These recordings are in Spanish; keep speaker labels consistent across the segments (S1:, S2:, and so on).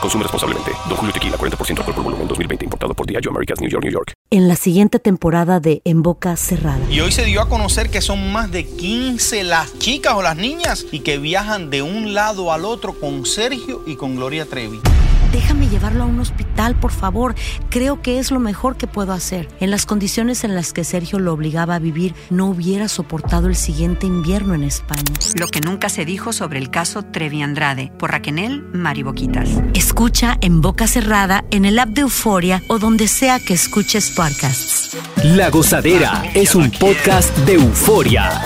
S1: Consume responsablemente. Don Julio Tequila, 40% alcohol por volumen, 2020. Importado por Diageo Americas, New York, New York.
S2: en la siguiente temporada de En Boca Cerrada.
S3: Y hoy se dio a conocer que son más de 15 las chicas o las niñas y que viajan de un lado al otro con Sergio y con Gloria Trevi.
S2: Déjame llevarlo a un hospital, por favor. Creo que es lo mejor que puedo hacer. En las condiciones en las que Sergio lo obligaba a vivir, no hubiera soportado el siguiente invierno en España.
S4: Lo que nunca se dijo sobre el caso Trevi Andrade por Raquenel Mariboquitas.
S2: Escucha En Boca Cerrada, en el app de Euforia o donde sea que escuches podcasts.
S5: La Gozadera es un podcast de euforia.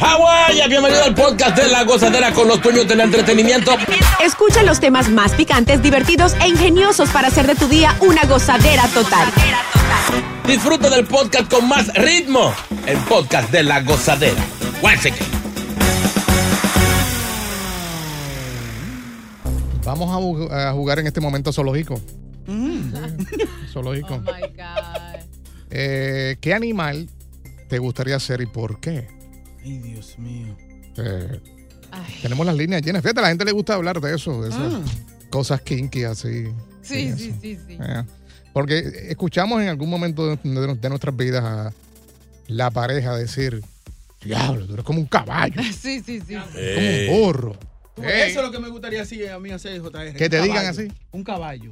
S6: Hawái, bienvenido al podcast de La Gozadera con los dueños del entretenimiento.
S7: Escucha los temas más picantes, divertidos e ingeniosos para hacer de tu día una gozadera total.
S6: Disfruta del podcast con más ritmo. El podcast de La Gozadera. Guáchate.
S8: Vamos a, bu- a jugar en este momento zoológico. Sí, zoológico. Eh, ¿Qué animal te gustaría ser y por qué?
S3: Ay, Dios mío.
S8: Eh, tenemos las líneas llenas. Fíjate, a la gente le gusta hablar de eso, de esas cosas kinky así.
S9: Sí,
S8: eso.
S9: sí, sí, sí.
S8: Eh, porque escuchamos en algún momento de, de- de nuestras vidas a la pareja decir, diablo, tú eres como un caballo,
S9: Sí, sí, sí.
S8: como
S3: Eh.
S6: Eh.
S8: un burro. Ey,
S3: Eso es lo que me gustaría así a mí hacer, JR.
S8: que te
S3: Un
S8: digan
S3: caballo,
S8: así.
S3: Un caballo.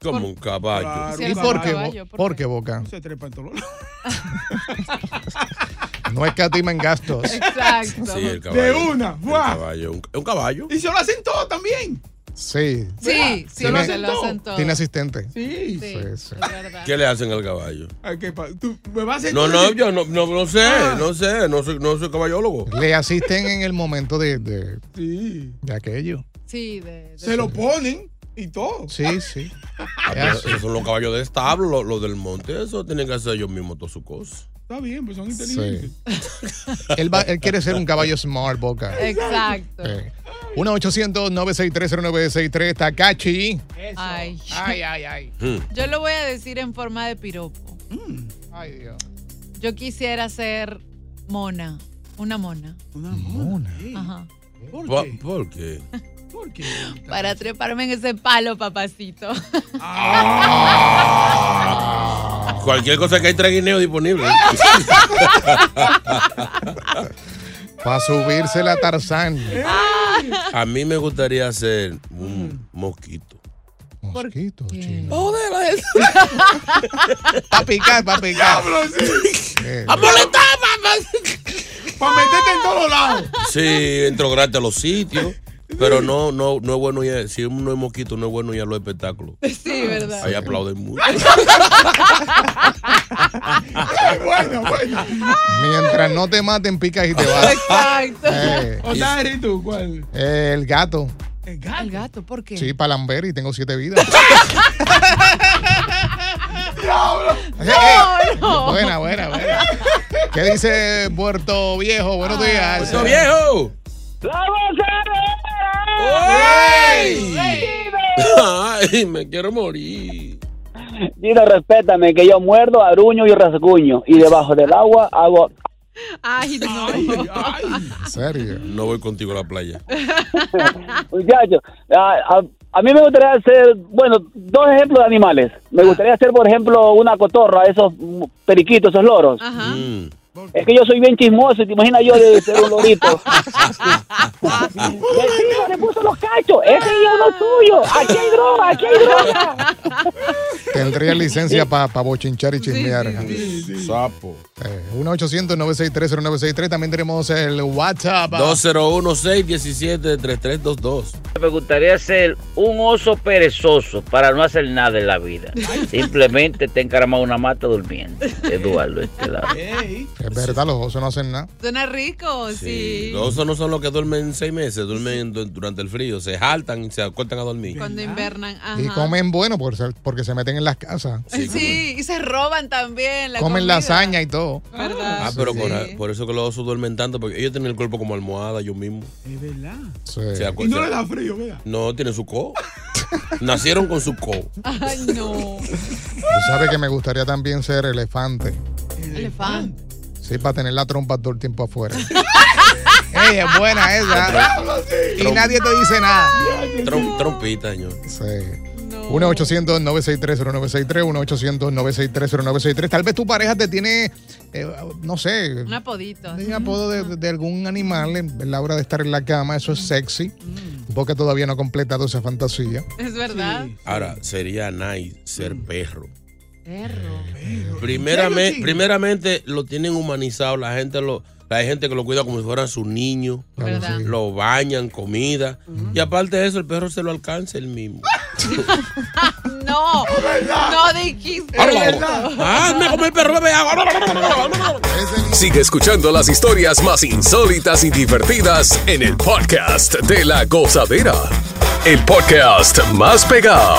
S6: Como un caballo.
S9: Sí,
S8: ¿Y
S9: un
S8: por qué,
S9: caballo,
S8: bo-
S9: ¿por
S8: por
S9: qué?
S8: qué, Boca?
S3: Se trepa en todo
S8: No es que en gastos.
S9: Exacto.
S6: Sí, el caballo.
S3: De una,
S6: El
S3: ¡buah!
S6: caballo. Un, un caballo.
S3: Y se lo hacen todo también.
S8: Sí,
S9: Sí, sí,
S8: Tiene-
S9: se lo hacen todo.
S8: tiene asistente.
S3: Sí.
S9: Sí,
S8: Sí,
S9: es
S8: sí.
S9: verdad.
S6: ¿Qué le hacen al caballo?
S3: Ay, ¿qué pa- Ah, ¿Tú me vas a hacer
S6: No,
S3: todo
S6: no,
S3: así?
S6: yo no, no, no sé,
S3: Ah.
S6: no sé, no soy, no soy caballólogo.
S8: Le asisten en el momento de, de-
S3: Sí.
S8: de aquello.
S9: Sí, de, de-
S3: Se lo ponen y todo.
S8: Sí, sí.
S6: Ah, pero Esos son los caballos de establo, los, los del monte, eso tienen que hacer ellos mismos todas sus cosas.
S3: Está bien, pues son inteligentes.
S8: Sí. Él, va- él quiere ser un caballo smart, Boca. Eh,
S9: Exacto.
S8: 1 800 963 0963 Takachi.
S9: Ay.
S8: Ay, ay, ay.
S9: Yo lo voy a decir en forma de piropo.
S8: Ay, Dios.
S9: Yo quisiera ser mona. Una mona.
S3: Una Sí.
S9: Ajá.
S3: ¿Por
S6: ¿Por,
S3: qué?
S6: ¿por qué?
S3: ¿Por qué?
S9: Para treparme en ese palo, papacito.
S6: Cualquier cosa que hay tres guineos disponibles.
S8: Para subirse la Tarzán.
S9: Ah.
S6: A mí me gustaría ser un mosquito.
S8: Mosquito,
S9: qué?
S8: chino.
S6: Joder, eso.
S8: Para picar, para picar. Eh,
S9: Ah.
S3: Para meterte en todos lados.
S6: Sí, entro gratis a los sitios. Pero no, no, no es bueno ya. Si uno es mosquito, no es bueno ya los espectáculos.
S9: Sí, ¿verdad?
S6: Ahí aplauden mucho.
S3: bueno, bueno.
S8: Mientras no te maten, picas y te vas.
S9: Exacto.
S8: Eh,
S3: O sea, eres tú, ¿cuál?
S8: el gato.
S3: El
S9: El
S3: gato.
S9: gato, ¿por qué?
S8: Sí, palamber y tengo siete vidas. ¡Diablo!
S9: no.
S8: Buena, buena, buena. ¿Qué dice Puerto Viejo?
S9: Ah,
S8: Buenos días.
S6: ¡Eso viejo! ¡Ey! Ay, me quiero morir.
S10: Dino, respétame, que yo muerdo, aruño y rasguño. Y debajo del agua hago.
S9: Ay, no.
S8: ¿En serio?
S6: No voy contigo a la playa.
S10: Muchachos, a, a- a mí me gustaría hacer, bueno, dos ejemplos de animales. Me gustaría hacer, por ejemplo, una cotorra, esos mm, periquitos, esos loros.
S9: Ajá.
S6: Mm.
S10: Es que yo soy bien chismoso, te imaginas yo de ser un lorito. le puso los cachos. Ese hijo no es tuyo. Aquí hay droga, aquí hay droga.
S8: Tendría licencia para bochinchar y chismear.
S6: Sapo.
S8: Eh, 1-800-963-0963. También tenemos el WhatsApp.
S6: 201-617-3322.
S11: Me gustaría ser un oso perezoso para no hacer nada en la vida. Simplemente te encaramado una mata durmiendo. Eduardo, este lado.
S8: Es verdad, los osos no hacen nada.
S9: Suena rico, sí.
S6: Los osos no son los que duermen seis meses, duermen du- durante el frío, se jaltan y se acuestan a dormir.
S9: Cuando invernan. Ajá.
S8: Y comen bueno por ser- porque se meten en las casas.
S9: Sí, y se roban también. La
S8: comen
S9: comida.
S8: lasaña y todo.
S9: ¿Verdad?
S6: Ah, pero por, por eso que los osos duermen tanto, porque ellos tienen el cuerpo como almohada, yo mismo.
S12: Es verdad.
S6: Se acu-
S12: Y no
S6: se-
S12: le da frío, ¿verdad?
S6: No, tienen su co. Nacieron con su co.
S9: Ay, no.
S8: Tú sabes que me gustaría también ser elefante.
S9: Elefante.
S8: Sí, para tener la trompa todo el tiempo afuera. Ey, es buena esa. Y nadie te dice nada.
S6: Trom- trompita, señor.
S8: Sí. 1-800-963-0963, 1-800-963-0963. Tal vez tu pareja te tiene, eh, no sé,
S9: Un apodito.
S8: un apodo de, de algún animal en, en la hora de estar en la cama. Eso es sexy. Porque todavía no ha completado esa fantasía.
S9: Es verdad.
S6: Ahora, sería nice ser
S12: Mm.
S6: perro.
S9: Perro.
S6: Primeramente,
S9: Sí.
S6: primeramente lo tienen humanizado, la gente lo, la gente que lo cuida como si fueran sus niños,
S9: ¿Verdad?
S6: lo bañan, comida, y aparte de eso, el perro se lo alcanza el mismo.
S9: No.
S12: verdad.
S9: No dijiste.
S12: verdad.
S6: Ah, me comí el perro, bebé.
S13: Sigue escuchando las historias más insólitas y divertidas en el podcast de la gozadera. El podcast más pegado.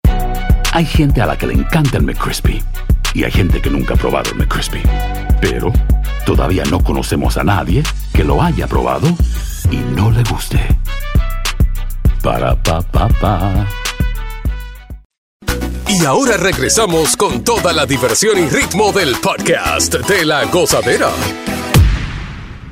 S14: Hay gente a la que le encanta el McCrispy y hay gente que nunca ha probado el McCrispy. Pero todavía no conocemos a nadie que lo haya probado y no le guste. Para pa pa pa.
S13: Y ahora regresamos con toda la diversión y ritmo del podcast de la gozadera.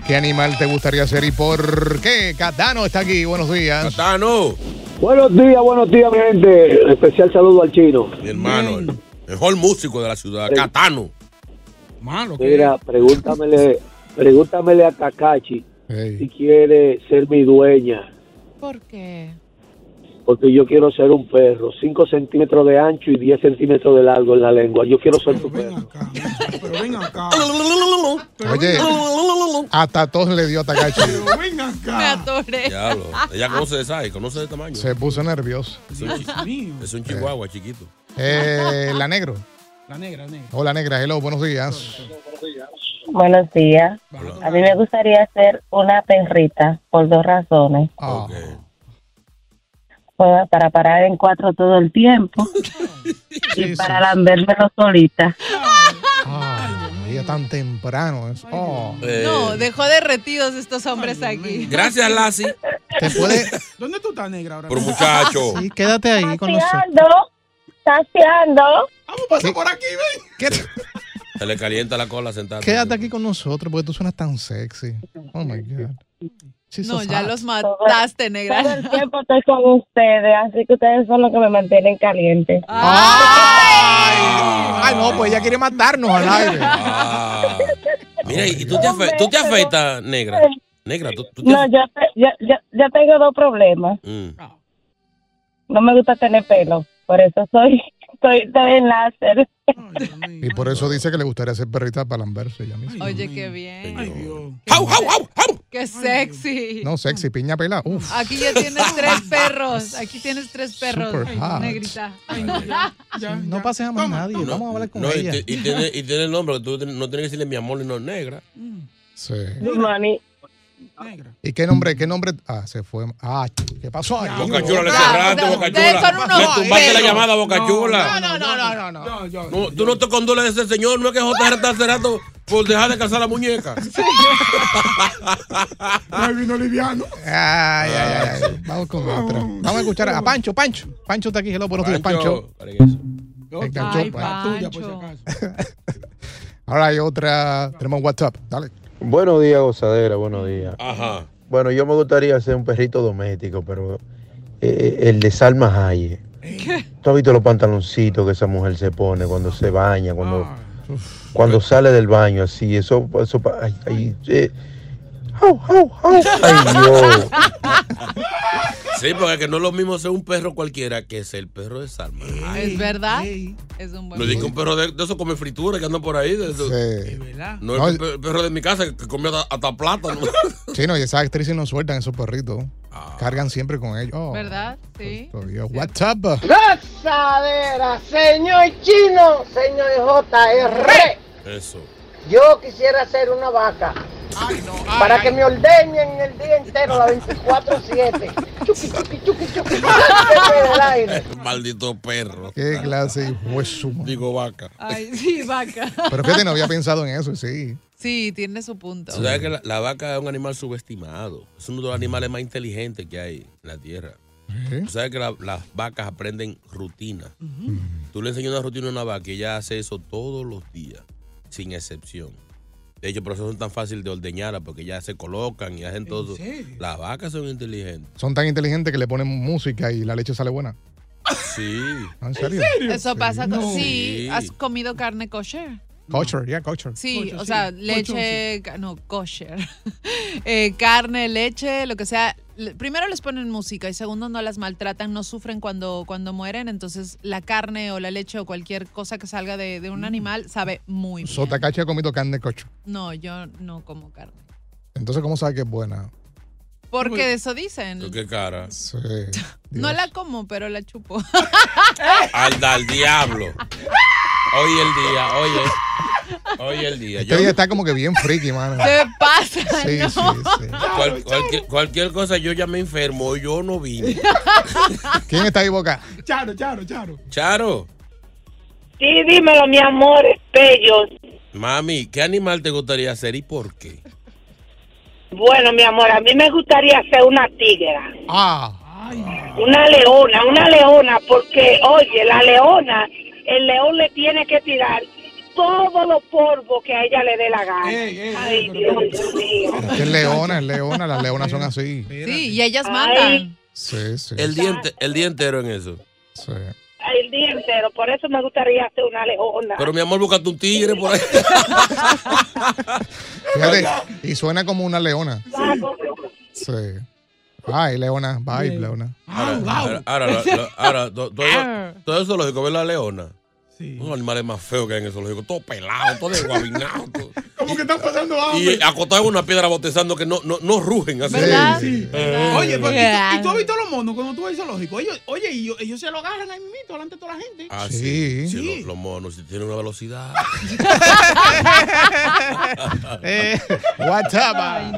S8: ¿Qué animal te gustaría ser y por qué? Catano está aquí. Buenos días.
S6: Catano.
S10: Buenos días, buenos días, mi gente. Especial saludo al chino.
S6: Mi hermano, el mejor músico de la ciudad, Catano.
S12: Malo.
S10: Mira, pregúntamele, pregúntamele a Kakashi si quiere ser mi dueña,
S9: ¿Por qué?
S10: porque yo quiero ser un perro, 5 centímetros de ancho y 10 centímetros de largo en la lengua. Yo quiero ser tu perro.
S12: Pero ven acá.
S8: Oye, hasta tos le dio a Takashi.
S12: Pero ven acá.
S9: Me atoré.
S6: Diablo. Ella conoce de size, conoce de tamaño.
S8: Se puso nervioso.
S6: Es un, chi- es un chihuahua chiquito.
S8: Eh, la negro.
S12: La negra, la negra.
S8: Hola negra, hello, buenos días.
S15: Buenos días. A mí me gustaría ser una perrita por dos razones.
S8: Ah.
S15: Para- Para parar en cuatro todo el tiempo y para lambérmelo solita.
S8: Ella tan temprano. Es, oh.
S9: No, dejó derretidos estos hombres aquí.
S6: Gracias, Lassie.
S8: Te puede.
S12: ¿Dónde tú estás, negra, ahora?
S6: Pero muchacho.
S8: Ah, Sí, quédate ahí con nosotros.
S15: Ando, taseando.
S12: Vamos a pasar por aquí, ven.
S6: Se le calienta la cola sentada.
S8: Quédate aquí con nosotros porque tú suenas tan sexy. Oh my God. She's
S9: No,
S8: so
S9: ya
S8: hot.
S9: los mataste,
S15: Todo
S9: negra.
S15: el tiempo estoy con ustedes, así que ustedes son los que me mantienen caliente.
S8: Ay, no, pues ella quiere matarnos al aire.
S6: Ah. Mira, ¿y tú te, afe- tú te afeitas, negra? Negra, tú, tú te
S15: No, yo, te- yo, yo, yo tengo dos problemas.
S6: Mm.
S15: No me gusta tener pelo, por eso soy, soy, estoy en láser.
S8: Y por eso dice que le gustaría ser perrita para lamberse ella misma.
S9: Oye, qué bien.
S6: ¡Jau, jau, jau, jau!
S9: Qué sexy.
S8: No, sexy, piña pelada. Uf.
S6: Ah,
S9: Aquí ya tienes tres perros. Aquí tienes tres perros.
S8: Super
S9: Ay,
S8: hot.
S9: negrita.
S8: No pases a más nadie. Vamos a hablar con
S6: No, y,
S8: ella.
S6: te- y tiene, y tiene el nombre que tú ten- no tienes que decirle mi amor y no negra.
S8: Sí.
S15: Mani,
S8: ¿Y qué nombre? ¿Qué nombre? Ah, se fue. Ah, ¿qué pasó? ahí?
S6: Bocachula, le cerraste,
S9: ustedes son
S6: Bocachula.
S9: unos
S6: Le tumbaste la
S9: joveros.
S6: llamada, Bocachula.
S9: No, no, no, no, no. no.
S6: No, tú no te condoles de ese señor, no es que JR está cerrando por dejar de calzar la muñeca.
S8: Ay, vino liviano. Ay, ay, ay. Vamos con otra. Vamos a escuchar a Pancho, Pancho. Pancho está aquí, hello, buenos días, Pancho. Enganchó,
S12: Ay,
S8: pues.
S12: Pancho. por si acaso.
S8: Ahora hay otra. Tenemos WhatsApp. Dale.
S16: Buenos días, gozadera, buenos días.
S6: Ajá.
S16: Bueno, yo me gustaría hacer un perrito doméstico, pero eh, el de Salma Hayek. ¿Tú has visto los pantaloncitos que esa mujer se pone cuando se baña, cuando, cuando sale del baño, así? Eso, eso, pa- ay, ay, eh, au, au, au. Ay, Dios.
S6: Sí, porque que no es lo mismo ser un perro cualquiera que ser el perro de Salma.
S9: Es verdad. Es un buen
S6: No digo un perro de, de esos come fritura que andan por ahí. de esos. No,
S8: No,
S6: el pe- perro de mi casa que comía hasta, hasta plátano.
S8: Sí, no, y esas actrices no sueltan esos perritos.
S6: Ah.
S8: Cargan siempre con ellos. Oh,
S9: ¿Verdad? Sí.
S8: por Dios. WhatsApp.
S17: Gozadera, señor chino, señor JR.
S6: Eso.
S17: Yo quisiera ser una vaca. para que me ordenen el día entero, la 24-7. Chuqui, chuqui, chuqui, chuqui. chuqui, del aire.
S6: Maldito perro.
S8: Qué clase. Pues suma.
S6: Digo vaca.
S9: Ay, sí, vaca.
S8: Pero fíjate, no había pensado en eso, sí.
S9: Sí, tiene su punto.
S6: Tú sabes que la, la vaca es un animal subestimado. Es uno de los animales más inteligentes que hay en la tierra.
S8: Tú
S6: sabes que la- las vacas aprenden rutina.
S1: Mm-hmm.
S6: Tú le enseñas una rutina a una vaca y ella hace eso todos los días, sin excepción. De hecho, por eso son tan fáciles de ordeñarla, porque ya se colocan y hacen todo. Las vacas son inteligentes.
S8: Son tan inteligentes que le ponen música y la leche sale buena. Ah,
S6: Sí.
S8: ¿En serio?
S9: Eso pasa. to- Sí,
S8: Sí.
S9: ¿has comido carne kosher?
S8: Kosher, ya, kosher.
S9: Sí,
S8: Kosher,
S9: o sea, leche, ca- no, kosher. Eh, carne, leche, lo que sea. Le- Primero les ponen música y segundo no las maltratan, no sufren cuando, cuando mueren. Entonces la carne o la leche o cualquier cosa que salga de, de un animal sabe muy bien.
S8: Sotakachi ha comido carne kosher.
S9: No, yo no como carne.
S8: Entonces, ¿cómo sabe que es buena?
S9: Porque de eso dicen.
S6: ¿Qué cara?
S8: Sí.
S9: No la como, pero la chupo.
S6: Anda al diablo. Hoy el día, oye. Hoy el día.
S8: Este día está como que bien friki, mano.
S9: ¿Qué pasa?
S8: Sí,
S9: no.
S8: sí,
S6: Cual- cualquier, cualquier cosa, yo ya me enfermo, yo no vine.
S8: ¿Quién está ahí, Boca?
S12: Charo, charo, charo.
S6: Charo,
S15: Sí, dímelo, mi amor, este, bellos.
S6: mami, ¿qué animal te gustaría ser y por qué?
S15: Bueno, mi amor, a mí me gustaría ser una tigra.
S8: Ah.
S15: Una leona, una leona, porque, oye, la leona, el león le tiene que tirar todo lo polvo que a ella le dé la gana. Ay, Dios mío.
S8: Es leona, es leona. Las leonas son así.
S9: Sí, y ellas
S15: Ay.
S9: mandan.
S8: Sí, sí.
S6: El día, ente- el día entero en eso.
S15: El día entero, por eso me gustaría ser una leona.
S6: Pero mi amor, búscate un tigre por ahí.
S8: Fíjate, y suena como una leona. Sí. Bye, leona. Bye, leona.
S6: Ahora, ahora, lo- lo- ahora, to- todo,
S12: Ah.
S6: todo eso lógico, ¿ves la leona? Sí. Unos animales más feos que hay en eso lógico. Todo pelado, todo desguabinado. todo.
S12: ¿Cómo que están pasando hambre?
S6: Y ah, acotado en una piedra botezando que no, no, no rugen así.
S12: ¿Verdad?
S6: Eh.
S12: Oye, pero ¿y tú- ¿y tú has visto los monos cuando tú vas al zoológico? Ellos, oye, y ellos, ellos se lo agarran ahí mismo, delante de toda la gente.
S6: Ah, sí. sí, lo- Los, monos sí tienen una velocidad.
S8: Eh, WhatsApp.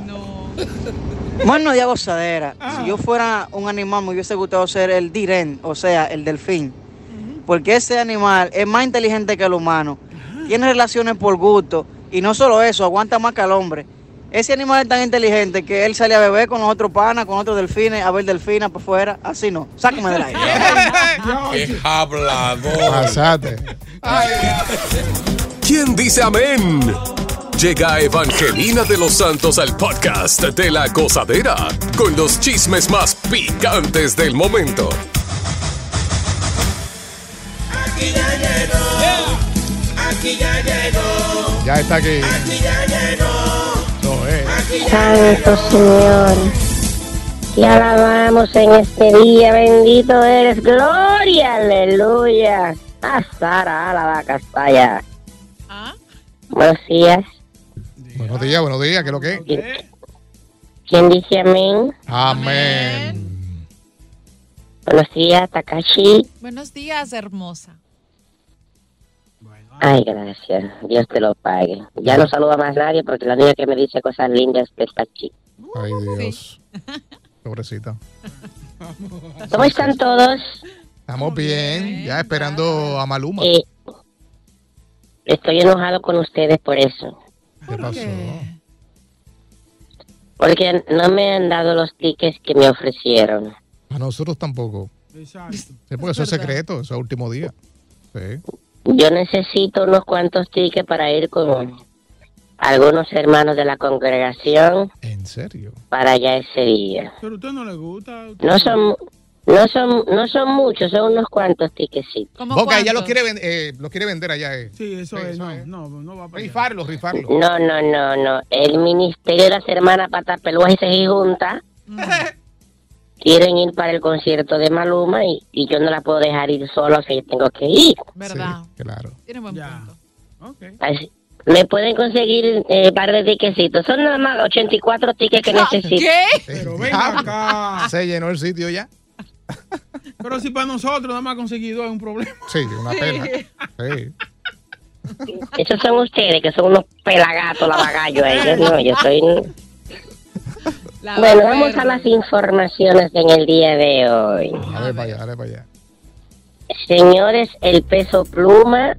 S17: Bueno, ya gozadera. Si yo fuera un animal, me hubiese gustado ser el diren, o sea, el delfín. Porque ese animal es más inteligente que el humano. Tiene relaciones por gusto. Y no solo eso, aguanta más que al hombre. Ese animal es tan inteligente que él sale a beber con los otros panas, con otros delfines, a ver delfines por fuera. Así no. Sáqueme del aire.
S6: ¡Qué hablador!
S8: Pasate.
S13: ¿Quién dice amén? Llega Evangelina de los Santos al podcast de la gozadera con los chismes más picantes del momento.
S12: Aquí ya llegó. Aquí ya llegó.
S8: Ya está aquí.
S12: Aquí ya llegó.
S8: No, eh.
S18: Santo Señor, te alabamos en este día, bendito eres, gloria, aleluya. Pasara a la vaca, hasta allá.
S8: Ah.
S18: Buenos días,
S8: Buenos días, buenos días. ¿Qué es lo que es?
S18: ¿quién dice amén?
S8: Amén.
S18: Buenos días, Takashi.
S9: Buenos días, hermosa.
S18: Ay, gracias, Dios te lo pague. Ya no saluda más nadie porque la única que me dice cosas lindas es Takashi.
S8: Ay, Dios. Pobrecita.
S18: ¿Cómo están todos?
S8: Estamos bien, ya esperando a Maluma.
S18: Eh, estoy enojado con ustedes por eso.
S8: ¿Qué pasó?
S18: Porque no me han dado los tickets que me ofrecieron.
S8: A nosotros tampoco. Sí, porque eso es secreto, eso es último día. Sí.
S18: Yo necesito unos cuantos tickets para ir con algunos hermanos de la congregación
S8: ¿En serio?
S18: para allá ese día.
S12: Pero a usted no le gusta.
S18: No son, no son, no son muchos, son unos cuantos tiquecitos.
S8: Boca, ella los quiere, ven- eh, los quiere vender allá. eh.
S12: Sí, eso es. No, no, no va a
S8: Rifarlo, rifarlo.
S18: No, no, no, no. El ministerio de las hermanas Patapelúas y Sejí Junta quieren ir para el concierto de Maluma y, y yo no la puedo dejar ir solo, así que tengo que ir.
S9: ¿Verdad?
S8: claro.
S9: Tiene buen punto.
S18: Así- Me pueden conseguir eh, par de tiquecitos. Son nada más 84 tickets que necesito.
S12: Pero venga acá.
S8: Se llenó el sitio ya.
S12: Pero si para nosotros nada más conseguido es un problema.
S8: Sí, una pena. Sí.
S18: Esos son ustedes, que son unos pelagatos, lavagallos. Ellos no, yo soy... Bueno, vamos a las informaciones en el día de hoy.
S8: A ver, para allá, dale para allá.
S18: Señores, el peso pluma,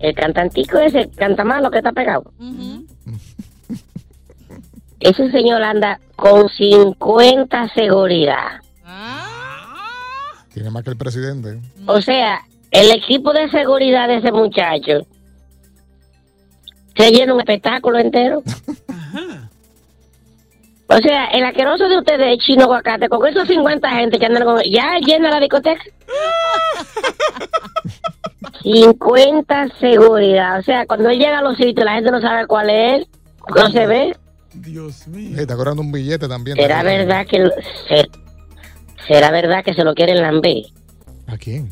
S18: el cantantico es el cantamalo que está pegado. Ese señor anda con 50 seguridad.
S8: Tiene más que el presidente.
S18: O sea, el equipo de seguridad de ese muchacho se llena un espectáculo entero. O sea, el asqueroso de ustedes es chino aguacate, con esos 50 gente que andan con... Ya llena la discoteca. 50 seguridad. O sea, cuando él llega a los sitios, la gente no sabe cuál es él, no se ve.
S8: Eh, está cobrando un billete también.
S18: ¿Será
S8: También.
S18: verdad que... lo- ser- ¿Será verdad que se lo quieren lamber?
S8: ¿A quién?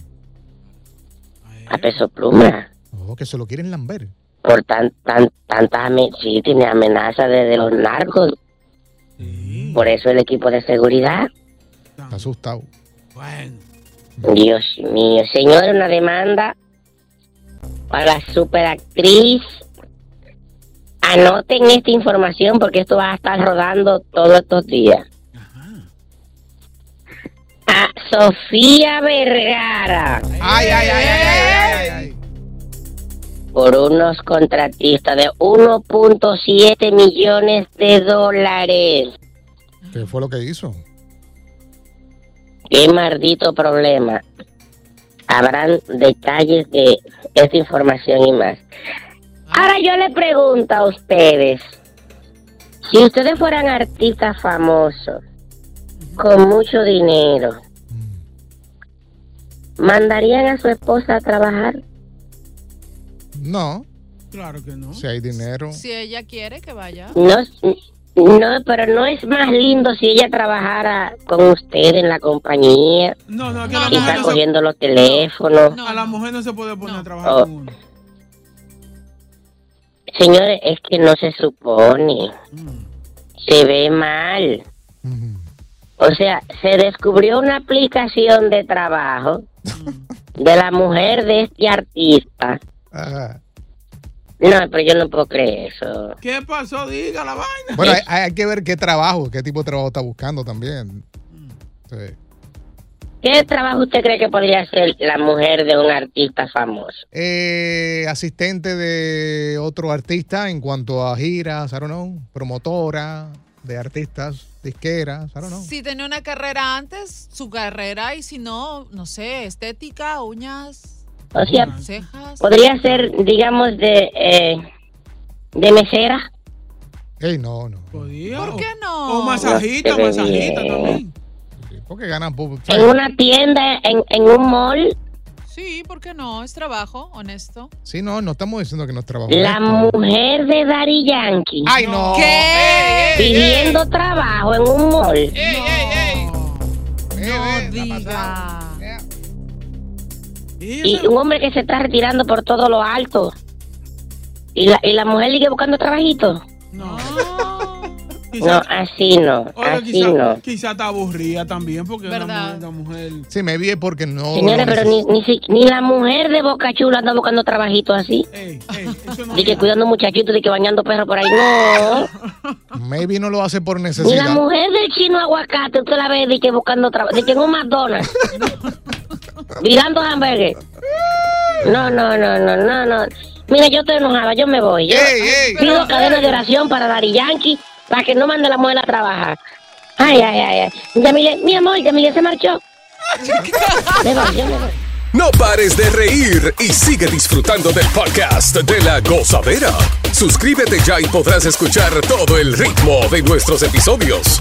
S18: A peso pluma.
S8: Oh, que se lo quieren lamber.
S18: por tan, tan, tantas ame- sí, tiene amenaza de, de los narcos. Por eso el equipo de seguridad.
S8: Está asustado.
S18: Dios mío, señor, una demanda para la superactriz. Anoten esta información porque esto va a estar rodando todos estos días. A Sofía Vergara.
S8: Ay, ay, ay, ay, ay, ay,
S18: por unos contratistas de 1.7 millones de dólares.
S8: ay. ¿Qué fue lo que hizo?
S18: Qué maldito problema. Habrán detalles de esta información y más. Ahora yo le pregunto a ustedes, si ustedes fueran artistas famosos, con mucho dinero, ¿mandarían a su esposa a trabajar?
S8: No.
S12: Claro que no.
S8: Si hay dinero.
S9: Si ella quiere que vaya.
S18: No, no, pero no es más lindo si ella trabajara con usted en la compañía.
S12: No, no, que
S18: y está cogiendo los teléfonos.
S12: a la mujer no se puede poner a trabajar
S8: Ah.
S18: Oh.
S12: con uno.
S18: Señores, es que no se supone. Se ve mal. O sea, se descubrió una aplicación de trabajo de la mujer de este artista. No, pero yo no puedo creer eso.
S12: ¿Qué pasó? Diga la vaina.
S8: Bueno, hay, hay que ver qué trabajo, qué tipo de trabajo está buscando también. Sí.
S18: ¿Qué trabajo usted cree que podría hacer la mujer de un artista famoso?
S8: Eh, asistente de otro artista en cuanto a giras, I don't know, promotora de artistas, disqueras, I don't know.
S9: Si tenía una carrera antes, su carrera, y si no, no sé, estética, uñas,
S18: O sea,
S9: cejas.
S18: podría ser, digamos, de, eh, de mesera.
S8: Ey, no, no.
S9: ¿Por qué no?
S12: O masajita,
S18: Se ve
S12: masajita
S18: bien.
S12: también.
S8: Porque ganan poco.
S18: En una tienda, en, en un mall.
S9: Sí, ¿por qué no? Es trabajo, honesto.
S8: Sí, no, no estamos diciendo que no es trabajo.
S18: La
S8: honesto.
S18: mujer de Daddy Yankee.
S8: Ay, no.
S9: ¿Qué?
S18: Pidiendo trabajo en un mall.
S9: No diga.
S18: Y un hombre que se está retirando por todo lo alto. Y la, y la mujer sigue buscando trabajito. No, así no,
S12: Ahora,
S18: así
S12: quizá,
S18: no.
S12: quizá te aburría también porque es una mujer, una mujer.
S8: Sí, me vi porque Oh, no.
S18: Señores, pero ni, ni, si- ni la mujer de Boca Chula anda buscando trabajito así. Ni que cuidando muchachitos, ni que bañando perros por ahí. No.
S8: Maybe no lo hace por
S18: Ni la
S8: necesidad.
S18: mujer del chino aguacate, usted la ve de que buscando trabajo, de que en un McDonald's, mirando hamburgues. No, no, no, no, no, no. Mira, yo estoy enojada, yo me voy. Yo pido cadena de oración para Dari Yankee para que no mande la mujer a trabajar. Ay, ay, ay, ay. Yamile, mi amor, Yamile se marchó. Me voy, yo me voy.
S13: No pares de reír y sigue disfrutando del podcast de la gozadera. Suscríbete ya y podrás escuchar todo el ritmo de nuestros episodios.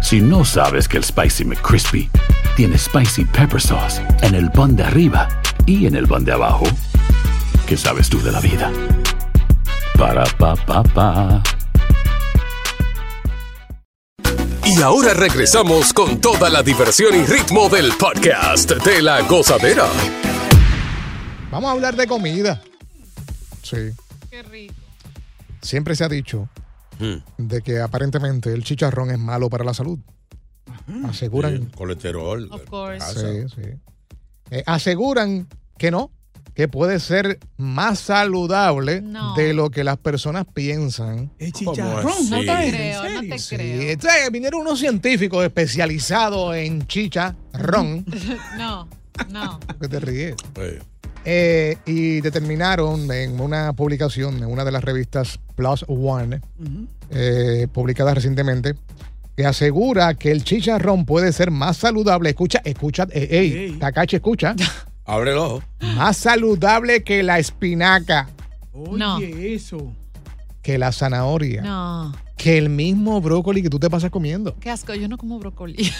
S14: Si no sabes que el Spicy McCrispy tiene Spicy Pepper Sauce en el pan de arriba y en el pan de abajo, ¿qué sabes tú de la vida? Para, pa, pa, pa.
S13: Y ahora regresamos con toda la diversión y ritmo del podcast de la gozadera.
S8: Vamos a hablar de comida. Sí. Qué rico. Siempre se ha dicho
S12: Hmm.
S8: de que aparentemente el chicharrón es malo para la salud. Aseguran.
S6: Colesterol.
S8: Sí, sí. Eh, aseguran que no, que puede ser más saludable de lo que las personas piensan. Es
S12: chicharrón, ¿Cómo no así? te creo, no te creo.
S8: vinieron unos científicos especializados en chicharrón.
S9: No, no.
S8: que te ríes. Eh, y determinaron en una publicación en una de las revistas Plus One, eh, publicada recientemente, que asegura que el chicharrón puede ser más saludable. Escucha, escucha, eh, ey, Takashi, escucha.
S6: Abre el ojo.
S8: más saludable que la espinaca,
S12: Oye, eso.
S8: que la zanahoria,
S9: No.
S8: que el mismo brócoli que tú te pasas comiendo
S9: Qué asco, yo no como brócoli.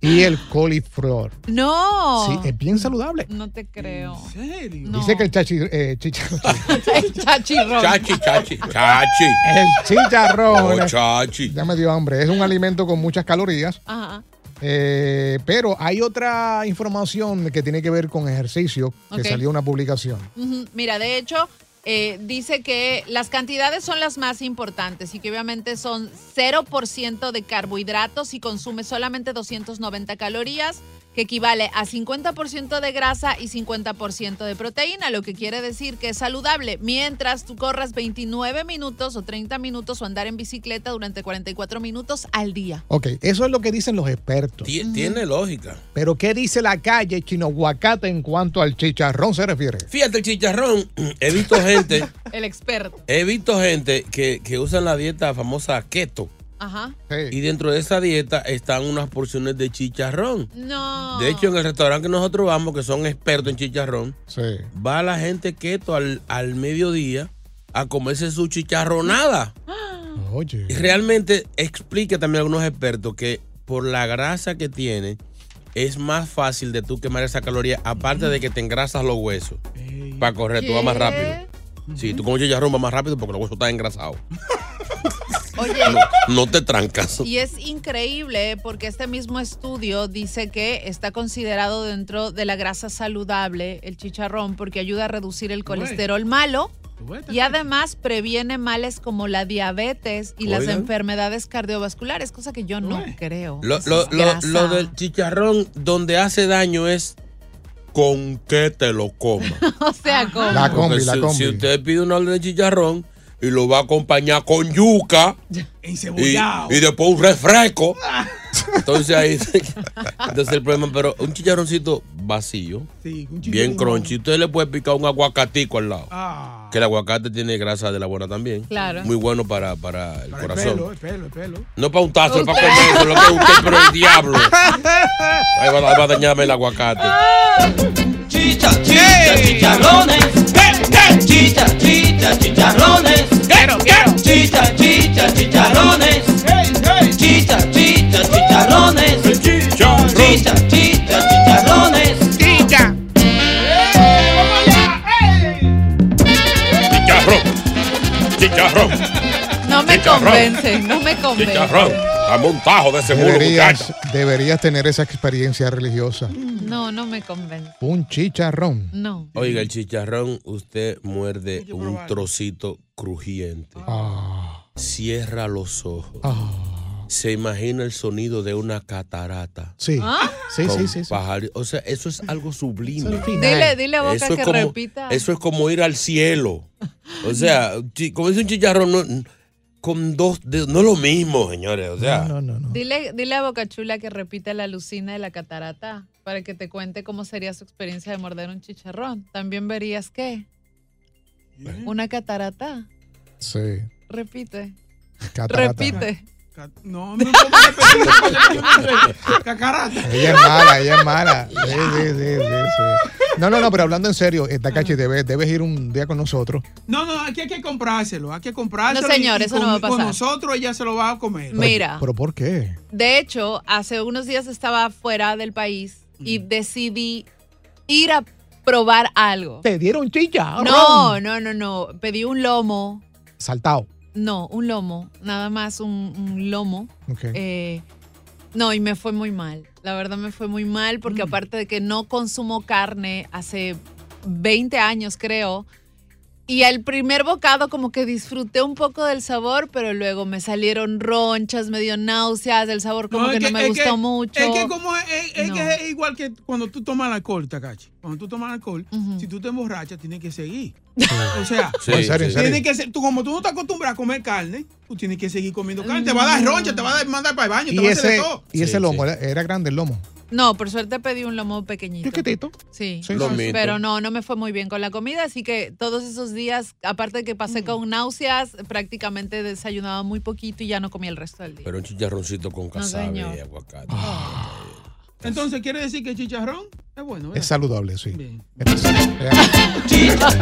S8: y el coliflor.
S9: No.
S8: Sí, es bien saludable.
S9: No te creo. ¿En serio?
S8: Dice que el chachi, eh, chicharrón.
S9: el chachirrón.
S6: Chachi, chachi, chachi.
S8: El chicharrón.
S6: No, chachi.
S8: Ya me dio hambre. Es un alimento con muchas calorías.
S9: Ajá.
S8: Eh, pero hay otra información que tiene que ver con ejercicio que
S9: Ok.
S8: salió una publicación.
S9: Ujú. Mira, de hecho, eh, dice que las cantidades son las más importantes y que obviamente son 0% de carbohidratos y consume solamente 290 calorías, que equivale a 50% de grasa y 50% de proteína, lo que quiere decir que es saludable. Mientras tú corras 29 minutos o 30 minutos o andar en bicicleta durante 44 minutos al día.
S8: Ok, eso es lo que dicen los expertos.
S6: Tiene lógica.
S8: Pero ¿qué dice la calle chino Huacate en cuanto al chicharrón se refiere?
S6: Fíjate, el chicharrón, he visto gente,
S9: El experto.
S6: he visto gente que, que usan la dieta famosa keto.
S9: Ajá.
S6: Y dentro de esa dieta están unas porciones de chicharrón.
S9: No.
S6: De hecho, en el restaurante que nosotros vamos, que son expertos en chicharrón,
S8: Sí.
S6: va la gente keto al, al mediodía a comerse su chicharronada.
S8: Oye.
S6: Y realmente explica también algunos expertos que por la grasa que tiene es más fácil de tú quemar esa caloría, aparte de que te engrasas los huesos. Para correr, tú vas más
S9: ¿Qué?
S6: rápido. Sí, tú comes chicharrón vas más rápido porque los huesos están engrasados.
S9: Oye.
S6: No te trancas.
S9: Y es increíble eh, porque este mismo estudio dice que está considerado dentro de la grasa saludable el chicharrón porque ayuda a reducir el
S12: ves.
S9: colesterol malo y además previene males como la diabetes y las
S6: Oigan.
S9: enfermedades cardiovasculares, cosa que yo no creo.
S6: Lo,
S9: Eso
S6: lo-
S9: es
S6: lo-
S9: grasa.
S6: lo del chicharrón donde hace daño es con qué te lo comas.
S9: o sea, como
S6: Porque si, si usted pide una orden de chicharrón y lo va a acompañar con yuca y,
S12: Encebollado.
S6: y después un refresco, entonces ahí se- entonces el problema, pero un chicharroncito vacío,
S12: Sí, un
S6: bien
S12: chicharrón.
S6: crunchy, usted le puede picar un aguacatico al lado.
S12: Ah,
S6: Que el aguacate tiene grasa de la buena también.
S12: Claro.
S6: Muy bueno para, para el
S12: para el
S6: corazón.
S12: pelo, el pelo, el pelo.
S6: No para un tazo, es para
S12: Usted.
S6: comerse lo que usted, pero el diablo. Ahí va, ahí va a dañarme el aguacate.
S12: Chicharrones. ¿Qué, qué,
S19: Chicha, chicha, chicharrones. Quiero, quiero. Chicha, chicha, chicharrones. Chicha, chicha, chicharrones. Chicha, chicha, chicharrones. Chicha.
S20: Chicharrón. Chicharrón.
S9: No me
S20: Chicharrón.
S9: convencen, no me convencen.
S20: Chicharrón. Dame un tajo de ese muro,
S8: Deberías,
S20: muchacha.
S8: deberías tener esa experiencia religiosa.
S9: No, no me convencen.
S8: Un chicharrón.
S9: No.
S6: Oiga, el chicharrón, usted muerde un trocito crujiente. Cierra los ojos. Se imagina el sonido de una catarata.
S8: Sí.
S9: ¿Ah?
S8: Sí,
S6: Con
S8: sí, sí, sí.
S6: pajar- O sea, eso es algo sublime.
S9: Dile, dile a Boca
S6: Eso es
S9: que
S6: como-
S9: repita.
S6: Eso es como ir al cielo. O sea, chi- como dice un chicharrón, no- con dos dedos, no es lo mismo, señores. O sea,
S9: Dile, dile a Bocachula que repita la lucina de la catarata para que te cuente cómo sería su experiencia de morder un chicharrón. También verías qué? Una catarata.
S8: Sí.
S9: Repite.
S8: Catarata.
S9: Repite.
S12: No, no puedo Cacarata.
S8: Ella es mala, ella es mala. Sí, sí, sí, sí, sí. No, no, no, pero hablando en serio, eh, Takashi, debes, debes ir un día con nosotros.
S12: No, no, aquí hay que comprárselo, hay que comprárselo.
S9: No, señor,
S12: y- y
S9: eso no
S12: con-
S9: va a pasar.
S12: Con nosotros ella se lo va a comer.
S9: Mira.
S8: ¿Pero por qué?
S9: De hecho, hace unos días estaba fuera del país y decidí ir a probar algo.
S8: Te dieron
S12: Ah,
S8: chicha.
S9: No, no, no, no. Pedí un lomo.
S8: Saltado.
S9: No, un lomo. Nada más un, un lomo.
S8: Ok.
S9: Eh, no, y me fue muy mal. La verdad me fue muy mal porque aparte de que no consumo carne hace 20 años creo. Y al primer bocado como que disfruté un poco del sabor, pero luego me salieron ronchas, me dio náuseas, el sabor como
S12: No,
S9: que,
S12: es
S9: no me
S12: es
S9: gustó mucho.
S12: Es que como es, es- es
S9: No.
S12: que es igual que cuando tú tomas alcohol, Takachi. Cuando tú tomas alcohol, si tú te emborrachas, tienes que seguir. O sea,
S8: Sí, No, Pues, en serio, en serio.
S12: tienes que ser- tú, como tú no estás acostumbrado a comer carne, tú tienes que seguir comiendo carne. Te va a dar roncha, te va a dar- mandar para el baño, te
S8: Y
S12: va a hacer de
S8: ese,
S12: todo.
S8: y ese lomo, era, era grande el lomo.
S9: No, por suerte pedí un lomo pequeñito.
S8: Chiquitito.
S9: Sí.
S8: Sí, Lomito.
S9: Pero no, no me fue muy bien con la comida, así que todos esos días, aparte de que pasé con náuseas, prácticamente desayunaba muy poquito y ya no comía el resto del día.
S6: pero un chicharroncito con casabe
S9: señor.
S6: y aguacate.
S12: Entonces quiere decir que el chicharrón es bueno.
S8: Es saludable, sí. eh,
S19: Chicha,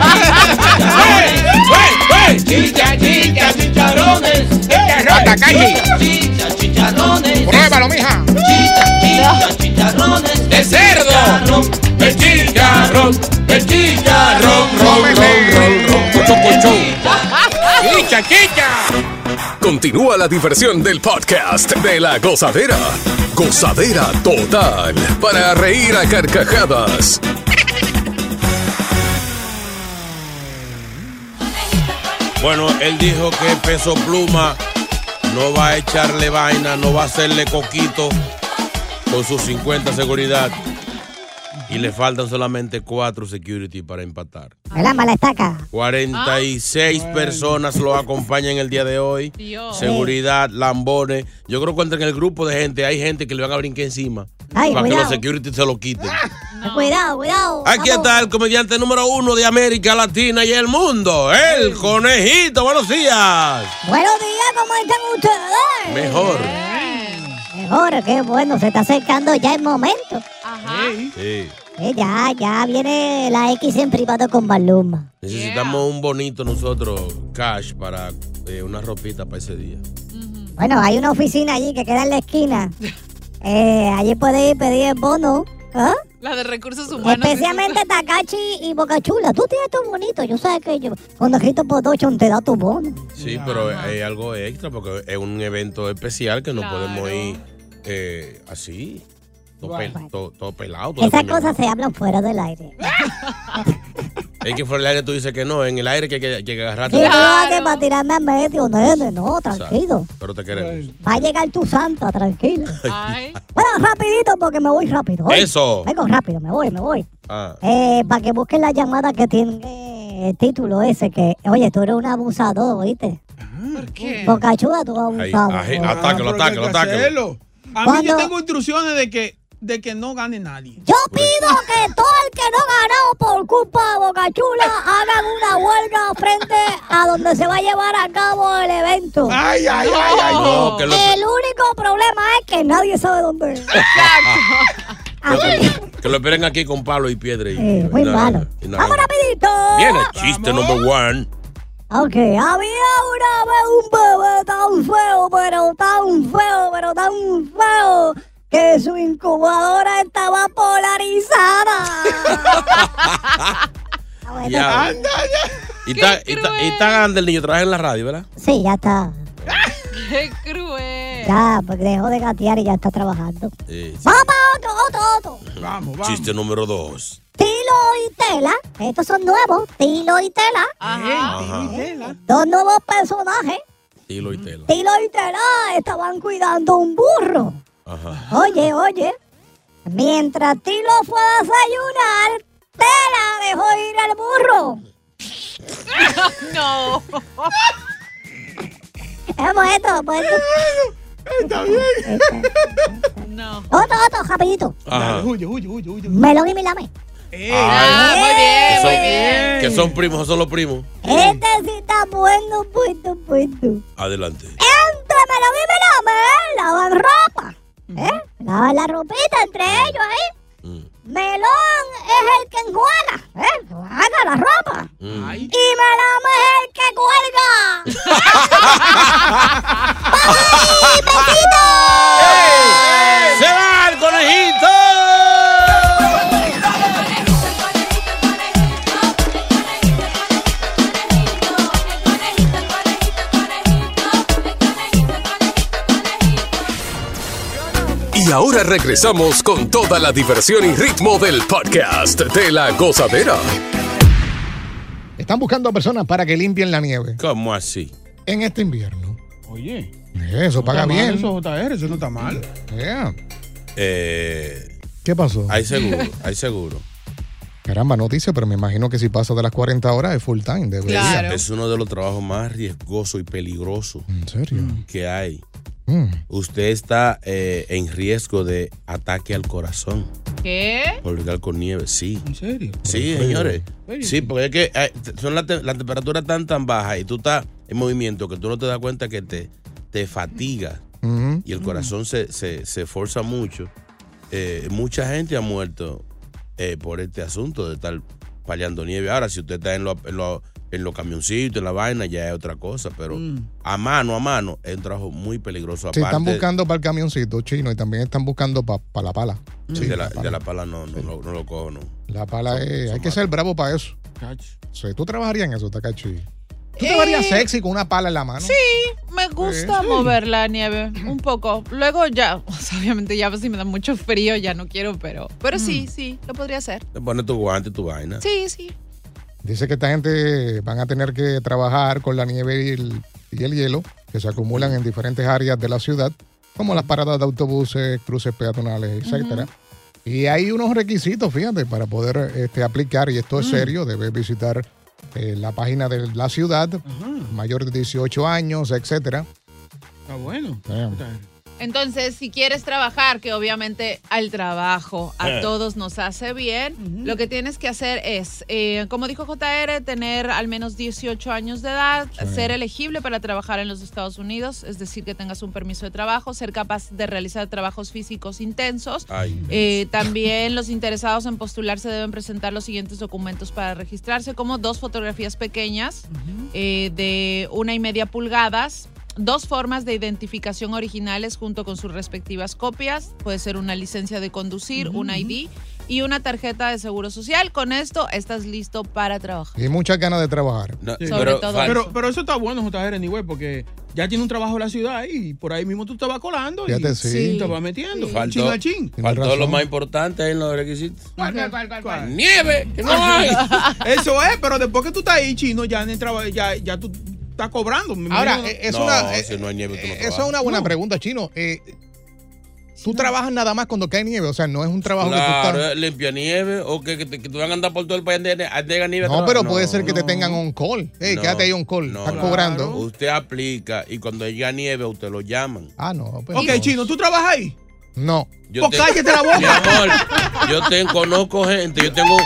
S19: chicha, chicharrones. Chicharrones. Chicha, chicharrones.
S8: Pruébalo, mija.
S19: Chicha, chicha, chicharrones. De cerdo. El chicharrón. El chicharrón. Ron, ron, ron, ron. Cochón, cochón. Chicha, chicha.
S13: Continúa la diversión del podcast de la gozadera. Gozadera total para reír a carcajadas.
S6: Bueno, él dijo que Peso Pluma no va a echarle vaina, no va a hacerle coquito con sus 50 seguridad. Y le faltan solamente 4 security para empatar.
S21: ¿Verdad, mala estaca?
S6: 46 personas lo acompañan el día de hoy. Seguridad, lambones. Yo creo que entre en el grupo de gente hay gente que le van a brincar encima
S21: Ay,
S6: para
S21: cuidado.
S6: que los security se lo quiten.
S21: Cuidado, cuidado.
S6: Aquí está el comediante número uno de América Latina y el mundo, el conejito. Buenos días.
S21: Buenos días, ¿cómo están ustedes?
S6: Mejor.
S21: Mejor, qué bueno, se está acercando ya el momento.
S6: Sí.
S21: Eh, ya, ya viene la X en privado con Baluma.
S6: Necesitamos un bonito nosotros cash para eh, una ropita para ese día.
S21: Bueno, hay una oficina allí que queda en la esquina. Eh, allí puedes ir pedir el bono. ¿ah?
S9: La de recursos humanos.
S21: Especialmente Takachi y Bocachula. Tú tienes tu bonito. Yo sé que yo, con Ojito Podochon te da tu bono.
S6: Sí, pero hay algo extra porque es un evento especial que no podemos ir eh, así, todo, pel- todo- todo pelado. todo
S21: Esas
S6: despeñado.
S21: cosas se hablan fuera del aire.
S6: Es que fuera del aire tú dices que no, en el aire que hay que, que agarrarte.
S21: ¿Qué tú haces para tirarme a medio, nene? No, tranquilo.
S6: Pero te queremos.
S21: Va a llegar tu santa, tranquilo. Bueno, rapidito porque me voy rápido. Oye,
S6: Eso.
S21: Vengo rápido, me voy, me voy.
S6: Ah.
S21: Eh, para que busquen la llamada que tiene eh, el título ese, que, oye, tú eres un abusador, ¿oíste?
S12: ¿Por qué?
S21: Bocachuga, tú
S6: Ahí,
S21: abusado.
S6: aje- atácalo, atácalo, atácalo.
S12: Hacerlo. A mí yo
S21: Cuando-
S12: tengo instrucciones de que, de que no gane nadie.
S21: Yo pido que todo el que no ha ganado por culpa de Bocachula hagan una huelga frente a donde se va a llevar a cabo el evento.
S12: Ay, ay, ay, ay, no. No, que lo-
S21: El único problema es que nadie sabe dónde es.
S6: Lo que, Que lo esperen aquí con palo y piedra. Y,
S21: Ah, Eh, muy
S6: y nada,
S21: malo.
S6: y nada.
S21: ¡Vamos rapidito!
S6: Viene el chiste number one.
S21: Ok, había una vez un bebé tan feo, pero tan feo, pero tan feo, que su incubadora estaba polarizada.
S6: Ya. Y está, y, está, y está grande el niño, trabaja en la radio, ¿verdad?
S21: sí, ya está.
S9: ¡Qué cruel!
S21: Ya, pues dejó de gatear y ya está trabajando. ¡Ah!
S6: Sí.
S21: ¡Vamos para otro, otro, otro!
S6: Vamos, vamos. Chiste número dos.
S21: Tilo y Tela, estos son nuevos, Tilo y Tela.
S9: Ah,
S6: Ajá.
S21: Dos nuevos personajes.
S6: Tilo y tela.
S21: Tilo y Tela estaban cuidando un burro.
S6: Ajá.
S21: Oye, oye. Mientras Tilo fue a desayunar, Tela dejó ir al burro.
S9: no.
S21: Hemos esto, pues. Está bien.
S9: No.
S21: Otro, otro, rapidito.
S6: Ajá.
S12: Huye, huye, huye, huye.
S21: Melón y Milame.
S6: Ay,
S9: muy
S6: que
S9: bien,
S6: son-
S9: muy bien.
S6: Que son primos o son los primos.
S21: Este sí está bueno, bueno, bueno.
S6: Adelante.
S21: Entre Melón y Milame, ¿eh? lavan ropa. ¿eh? Lavan la ropita entre ellos ahí. Melón es el que enjuaga, ¿eh? Enjuaga la ropa. Y Melame es el que cuelga.
S19: ¡Se va el conejito!
S13: Y ahora regresamos con toda la diversión y ritmo del podcast de la gozadera.
S8: Están buscando a personas para que limpien la nieve
S6: ¿Cómo así?
S8: en este invierno.
S12: Oye.
S8: Eso
S12: no
S8: paga
S12: está mal,
S8: bien.
S12: Eso JR, eso no está mal.
S8: Yeah.
S6: Eh,
S8: ¿Qué pasó?
S6: hay seguro, hay seguro.
S8: Caramba, no dice, pero me imagino que si pasa de las 40 horas es full time. Debería.
S6: Es uno de los trabajos más riesgosos y peligrosos
S8: ¿En serio?
S6: que hay.
S8: Mm.
S6: Usted está eh, en riesgo de ataque al corazón
S9: ¿Qué?
S6: por ligar con nieve, sí.
S12: ¿En serio?
S6: Sí,
S12: ¿En serio?
S6: señores.
S12: ¿En serio?
S6: Sí, porque es que eh, t- son las te- las temperaturas tan tan bajas y tú estás en movimiento que tú no te das cuenta que te, te fatiga y el corazón se, se, se forza mucho. Eh, mucha gente ha muerto eh, por este asunto de estar paliando nieve. Ahora, si usted está en los en los- en los camioncitos, en la vaina, ya es otra cosa, pero
S8: Mm.
S6: a mano, a mano, es un trabajo muy peligroso.
S8: Sí, están
S6: Aparte
S8: buscando para el camioncito chino y también están buscando para la pala. Sí,
S6: de, la, de la pala no, no, lo- no lo cojo, no.
S8: La pala es. Hay que ser bravo para eso. Sí, tú trabajarías en eso, Takachi. ¿Tú te verías
S9: Eh.
S8: sexy con una pala en la mano?
S9: Sí, me gusta mover la nieve un poco. Luego ya, o sea, obviamente ya pues, si me da mucho frío ya no quiero, pero pero sí, sí, lo podría hacer.
S6: Te pones tu guante, tu vaina.
S9: Sí, sí.
S8: Dice que esta gente van a tener que trabajar con la nieve y el, y el hielo que se acumulan en diferentes áreas de la ciudad, como las paradas de autobuses, cruces peatonales, etcétera. Y hay unos requisitos, fíjate, para poder este, aplicar, y
S12: Mm.
S8: esto es serio, debes visitar eh, la página de la ciudad, mayor de 18 años, etcétera.
S12: Está bueno.
S9: Entonces, si quieres trabajar, que obviamente al trabajo a
S8: Eh.
S9: todos nos hace bien, lo que tienes que hacer es, eh, como dijo JR, tener al menos 18 años de edad, ser elegible para trabajar en los Estados Unidos, es decir, que tengas un permiso de trabajo, ser capaz de realizar trabajos físicos intensos.
S6: Ay,
S9: Eh, también los interesados en postularse deben presentar los siguientes documentos para registrarse, como dos fotografías pequeñas eh, de una y media pulgadas, dos formas de identificación originales junto con sus respectivas copias, puede ser una licencia de conducir, un ID y una tarjeta de seguro social. Con esto estás listo para trabajar.
S8: Y muchas ganas de trabajar.
S12: Sí.
S9: Sobre pero- todo eso.
S12: pero, pero eso está bueno, JR, anyway, porque ya tiene un trabajo en la ciudad y por ahí mismo tú te vas colando y
S8: Fíjate, sí. Sí.
S12: te vas metiendo. Chin
S6: Faltó,
S12: a chin.
S6: faltó lo más importante ahí en los requisitos. ¡Nieve! ¡Que no hay!
S12: Eso es, pero después que tú estás ahí, chino, ya, en el trabajo, ya, ya tú estás cobrando. me
S8: Ahora,
S12: imagino.
S8: eh, es
S6: no,
S8: una-
S6: si no hay nieve, tú no
S8: Esa es
S6: trabajas.
S8: una buena pregunta, Chino. Eh, tú trabajas nada más cuando cae nieve, o sea, no es un trabajo que tú
S6: Claro,
S8: estás...
S6: eh, limpia nieve o que, que te- que te van a andar por todo el país de, de, de nieve.
S8: No, pero puede ser que te tengan on call. Ey,
S6: No,
S8: quédate ahí on call.
S6: No,
S8: estás
S6: no.
S8: cobrando.
S6: Usted aplica y cuando llega nieve, usted lo llaman.
S8: Ah, no. pero-
S12: Ok, chino, ¿tú trabajas ahí?
S8: No.
S6: Yo
S12: Pues cállate la boca.
S6: Mi amor, yo te, conozco gente, yo tengo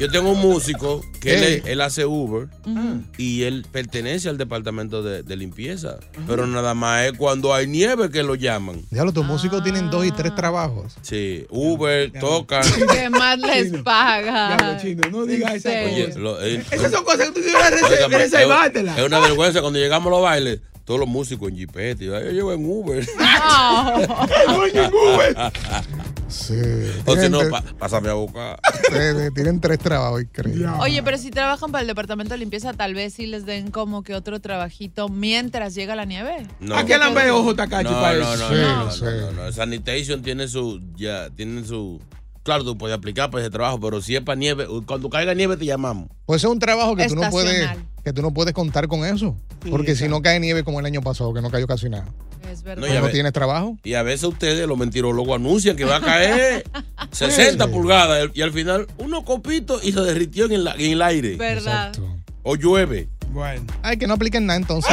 S6: Yo tengo un músico que
S19: ¿Qué?
S6: él, él hace Uber
S19: Ujú.
S6: y él pertenece al departamento de, de limpieza. Pero nada más es cuando hay nieve que lo llaman.
S22: Diablo, tus músicos
S8: Ah.
S22: tienen dos y tres trabajos.
S6: Sí, Uber, tocan.
S9: ¿Qué más les paga?
S12: no digas esa
S6: Oye, lo- eh,
S12: Esas son cosas que tú quieres rese-
S6: Óigame,
S12: reservártelas.
S6: Es es una vergüenza cuando llegamos a los bailes, todos los músicos en jipete. y Yo yo llevo en Uber.
S8: Sí.
S6: O si no,
S8: Tienen-
S6: pa- pásame a buscar.
S8: Ustedes tienen tres trabajos, increíble.
S9: Oye, pero si trabajan para el departamento de limpieza, tal vez sí les den como que otro trabajito mientras llega la nieve.
S6: No.
S12: ¿A qué la ve ojo, Takachi,
S6: No,
S12: para
S6: no, no,
S12: eso?
S6: no,
S12: Sí,
S6: no, no,
S12: sí.
S6: no, no. Sanitation tiene su, ya, tiene su. Claro, tú puedes aplicar para ese trabajo, pero si es para nieve, cuando caiga nieve te llamamos.
S8: Pues es un trabajo que tú no puedes,
S6: Estacional.
S8: que tú no puedes contar con eso.
S6: Sí,
S8: Porque si no cae nieve como el año pasado, que no cayó casi nada.
S6: No,
S8: No,
S6: y a
S8: no
S6: ve-
S8: tienes trabajo.
S6: Y a veces ustedes, los mentirólogos, anuncian que va a caer 60 pulgadas y al final uno copito y se derritió en el, en el aire.
S9: ¿Verdad?
S6: O llueve.
S8: Ay, que no apliquen nada entonces.